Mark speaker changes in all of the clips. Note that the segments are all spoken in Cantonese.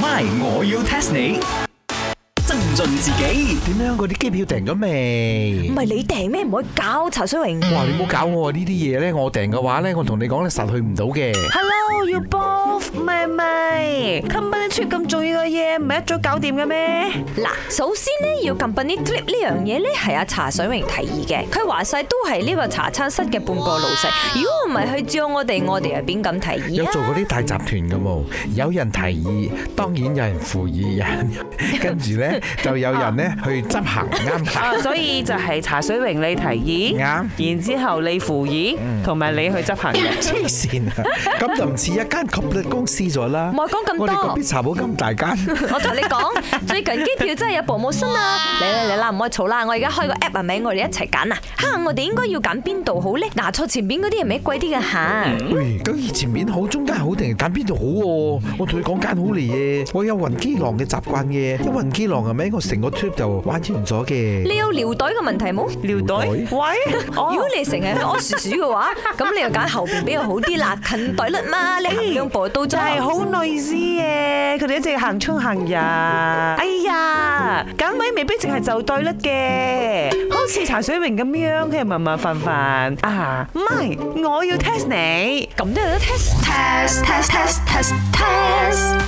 Speaker 1: My，我要 test 你。增進自己，
Speaker 2: 點樣啊嗰啲機票訂咗未？
Speaker 3: 唔係你訂咩？唔可以搞查水榮。
Speaker 2: 哇！你唔好搞我啊呢啲嘢咧，我訂嘅話咧，我同你講咧，實去唔到嘅。
Speaker 3: Hello，要 both 咪咪，company trip 咁重要嘅嘢，唔係一早搞掂嘅咩？嗱，首先咧要 company trip 呢樣嘢咧係阿茶水榮提議嘅，佢話晒都係呢個茶餐室嘅半個老細。如果唔係佢照我哋，我哋又邊咁提
Speaker 2: 有
Speaker 3: 議啊
Speaker 2: 做？嗰啲大集團嘅冇，有人提議，當然有人附議，有人 跟住咧就有人咧去執行啱行。
Speaker 4: 啊，所以就係茶水榮你提議，
Speaker 2: 嗯啱嗯
Speaker 4: 然之後你附議，同埋你去執行嘅。
Speaker 2: 黐線啊！咁就唔似一間 complete 公司咗啦。
Speaker 3: 唔好講咁多
Speaker 2: 我哋嗰邊茶鋪咁大間，
Speaker 3: 我同你講，最近機票真係有 promotion 啊！嚟啦嚟啦，唔可以嘈啦！我而家開個 app 係咪？我哋一齊揀啊！嚇，我哋應該要揀邊度好咧？嗱，坐前邊嗰啲係咪貴啲嘅嚇？
Speaker 2: 喂，咁以前面好，中間好定係揀邊度好喎？我同你講間好嚟嘅，我有雲基浪嘅習慣嘅，一雲基浪係咪？我成個 trip 就玩完咗嘅。
Speaker 3: 你有尿袋嘅問題冇？
Speaker 4: 尿袋，
Speaker 2: 嗯尿
Speaker 4: 喂，
Speaker 3: 如
Speaker 4: 哦
Speaker 3: 果，你成日去屙屎屎嘅話，啊咁你又揀後邊比較好啲啦，近袋率嘛，你行兩步都真
Speaker 4: 但係好女士嘅，佢哋一直行出行入。哎呀，揀位未必淨係就對率嘅，好似茶水榮咁樣，佢係麻麻煩煩啊。唔係，我要 test 你，
Speaker 3: 咁都有得 test。
Speaker 5: test test test test test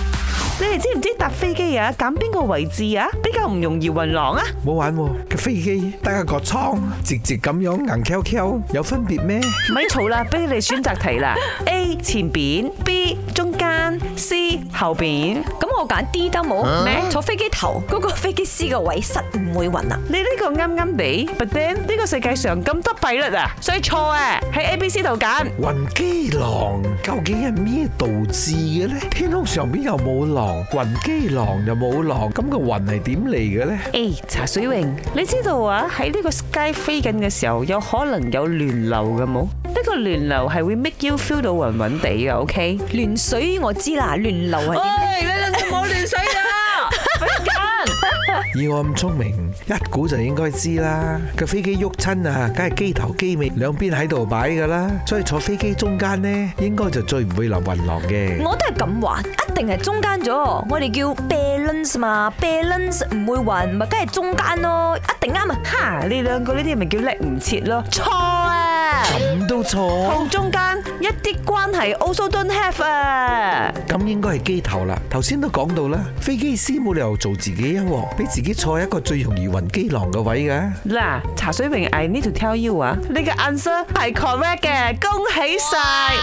Speaker 4: 你哋知唔知搭飛機啊？揀邊個位置啊，比較唔容易暈浪啊？
Speaker 2: 冇玩喎，個飛機得一個倉，直直咁樣硬 Q Q，有分別咩？
Speaker 4: 咪嘈啦，俾你哋選擇題啦。A 前邊，B 中間，C 後邊。
Speaker 3: 咁我揀 D 得冇？坐飛機頭嗰個飛機師嘅位室唔會暈啊！
Speaker 4: 你呢個啱啱地，but then 呢個世界上咁多比率啊，所以錯啊，喺 A、B、C 度揀。
Speaker 2: 雲機浪究竟係咩導致嘅呢？天空上邊又冇浪，雲機浪又冇浪，咁個雲係點嚟嘅呢？
Speaker 4: A 茶水榮，你知道啊？喺呢個 sky 飛緊嘅時候，有可能有亂流嘅冇？呢個亂流係會 make you feel 到暈暈地嘅，OK？
Speaker 3: 亂水我知啦，亂流係點？
Speaker 4: 你兩個冇亂水 啦，
Speaker 2: 以我咁聰明，一估就應該知啦。個飛機喐親啊，梗係機頭機尾兩邊喺度擺噶啦，所以坐飛機中間呢，應該就最唔會流雲浪嘅。
Speaker 3: 我都係咁話，一定係中間咗。我哋叫 balance 嘛，balance 唔會暈，咪梗係中間咯，一定啱啊！
Speaker 4: 嚇！你兩個呢啲咪叫叻唔切咯？錯啊！
Speaker 2: 咁都錯，
Speaker 4: 同中間一啲關係，also don't have 啊！
Speaker 2: 咁應該係機頭啦。頭先都講到啦，飛機師冇理由做自己一鑊，俾自己坐一個最容易雲機浪嘅位嘅。
Speaker 4: 嗱，茶水榮，I need to tell you 啊，你嘅 answer 係 correct 嘅，恭喜晒，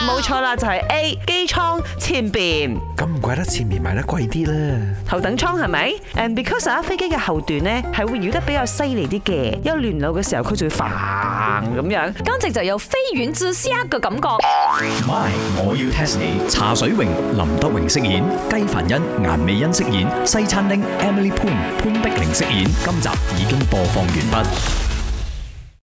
Speaker 4: 冇錯啦，就係 A 機艙前邊
Speaker 2: 咁唔怪得前面賣得貴啲啦。
Speaker 4: 頭等艙係咪？And because 啊，飛機嘅後段咧係會搖得比較犀利啲嘅，有亂流嘅時候佢就會嘭咁樣。
Speaker 3: 簡直就有飛遠至 C 刻嘅感覺。
Speaker 1: My，我要 test 你。茶水榮、林德榮飾演，雞凡欣、顏美欣飾演，西餐廳 Emily Poon 潘碧玲飾演。今集已經播放完畢。